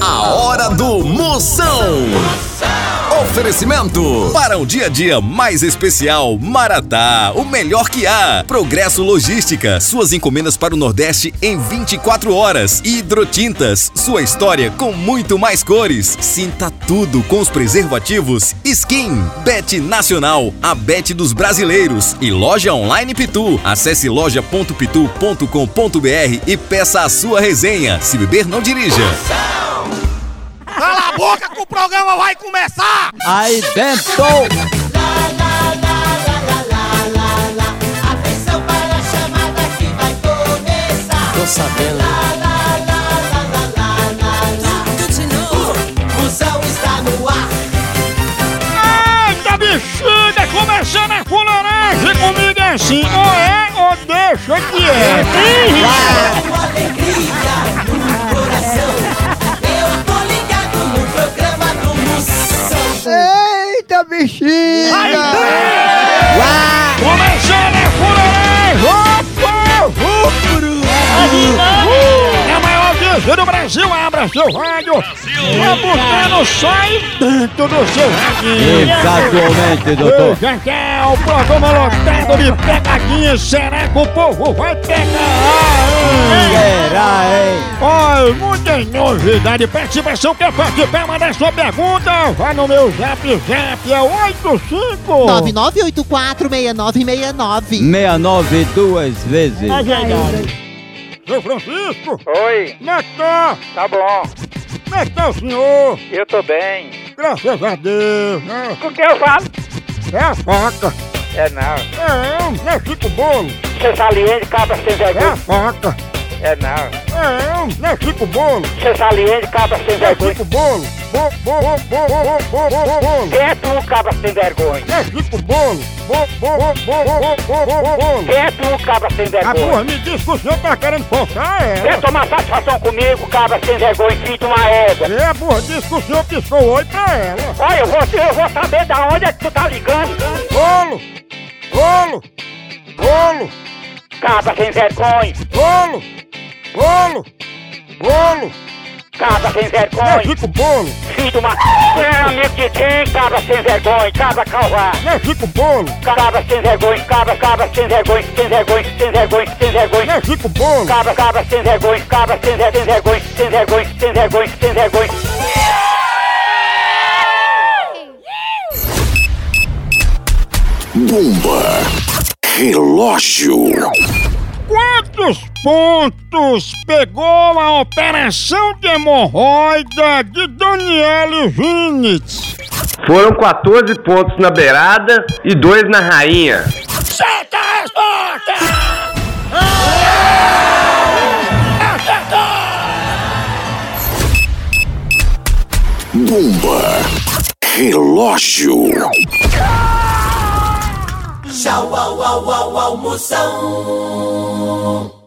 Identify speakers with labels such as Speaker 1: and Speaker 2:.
Speaker 1: A hora do Moção. Oferecimento para um dia a dia mais especial, Maratá, o melhor que há. Progresso Logística, suas encomendas para o Nordeste em 24 horas. Hidrotintas, sua história com muito mais cores. Sinta tudo com os preservativos Skin, Bet Nacional, a Bet dos brasileiros e loja online Pitu. Acesse loja.pitu.com.br e peça a sua resenha. Se beber, não dirija.
Speaker 2: Cala a boca que o programa vai começar!
Speaker 3: Aí dentro!
Speaker 4: Atenção para a chamada que vai começar.
Speaker 3: Tô sabendo.
Speaker 4: Tudo de novo. Moção está no ar.
Speaker 2: Eita bexiga, começando a fulanagem comigo é assim, ou é ou deixa que é.
Speaker 4: Sua alegria no coração. Eu tô ligado no programa do Moção.
Speaker 3: Eita, bexiga!
Speaker 2: Começando a fulanagem, opa, rubro. É a maior audiência do Brasil, abra seu rádio. É botando só e tanto no seu radinho.
Speaker 3: Exatamente, doutor.
Speaker 2: Já que é o programa lotado de pegadinha, será que o povo vai pegar? hein?
Speaker 3: é. Será, hein?
Speaker 2: Oi, muitas novidades. Participação quer participar? Mandar sua pergunta. Vai no meu zap zap, é 85.
Speaker 5: 99846969.
Speaker 3: 69 duas vezes.
Speaker 2: É verdade. Seu Francisco,
Speaker 6: Oi,
Speaker 2: como é que tá?
Speaker 6: tá bom,
Speaker 2: Como é que tá o senhor?
Speaker 6: eu tô bem.
Speaker 2: Graças a Deus, né?
Speaker 6: Com que eu falo?
Speaker 2: É a faca.
Speaker 6: É não,
Speaker 2: É, não é Chico Bolo.
Speaker 6: você saliente, cabra sem
Speaker 2: É a
Speaker 6: vergonha.
Speaker 2: faca.
Speaker 6: É não,
Speaker 2: É, não é Chico Bolo.
Speaker 6: você saliente, cabra sem
Speaker 2: É
Speaker 6: vergonha.
Speaker 2: Chico Bolo. Bo, bo, bo, bo, bo, bo, bo, bolo.
Speaker 6: Quem é tu, cabra sem vergonha?
Speaker 2: É Chico Bolo. Bo, bo, bo, bo, bo, bo, bo, bolo.
Speaker 6: Quem é É tu, cabra sem
Speaker 2: A
Speaker 6: vergonha?
Speaker 2: porra me disse que o senhor tá querendo forçar
Speaker 6: Quer
Speaker 2: ela.
Speaker 6: tomar satisfação comigo, cabra sem vergonha, filho de uma égua?
Speaker 2: E É, a porra disse que o senhor piscou o olho pra ela.
Speaker 6: Olha, eu vou, eu vou saber da onde é que tu tá ligando.
Speaker 2: Bolo! Bolo! Bolo!
Speaker 6: Cabra sem vergonha,
Speaker 2: Bolo! Bolo! Bolo!
Speaker 6: cabra sem
Speaker 2: É
Speaker 6: vergonha,
Speaker 2: Chico Bolo!
Speaker 6: filho de uma... Tu é amigo de quem, cabra sem vergonha, cabra calvar?
Speaker 2: É Chico Bolo!
Speaker 6: Cabra sem vergonha, cabra, cabra sem vergonha, sem vergonha, sem vergonha, sem vergonha.
Speaker 2: É Chico Bolo!
Speaker 6: Cabra, cabra, sem vergonha, cabra, sem ver- sem vergonha, sem vergonha, sem vergonha, sem vergonha.
Speaker 2: Quantos pontos pegou a operação de hemorroida de Daniele Vinitz?
Speaker 7: Foram 14 pontos na beirada e dois na rainha.
Speaker 2: Certa resposta!
Speaker 4: Tchau, au, au, au, au, Moção.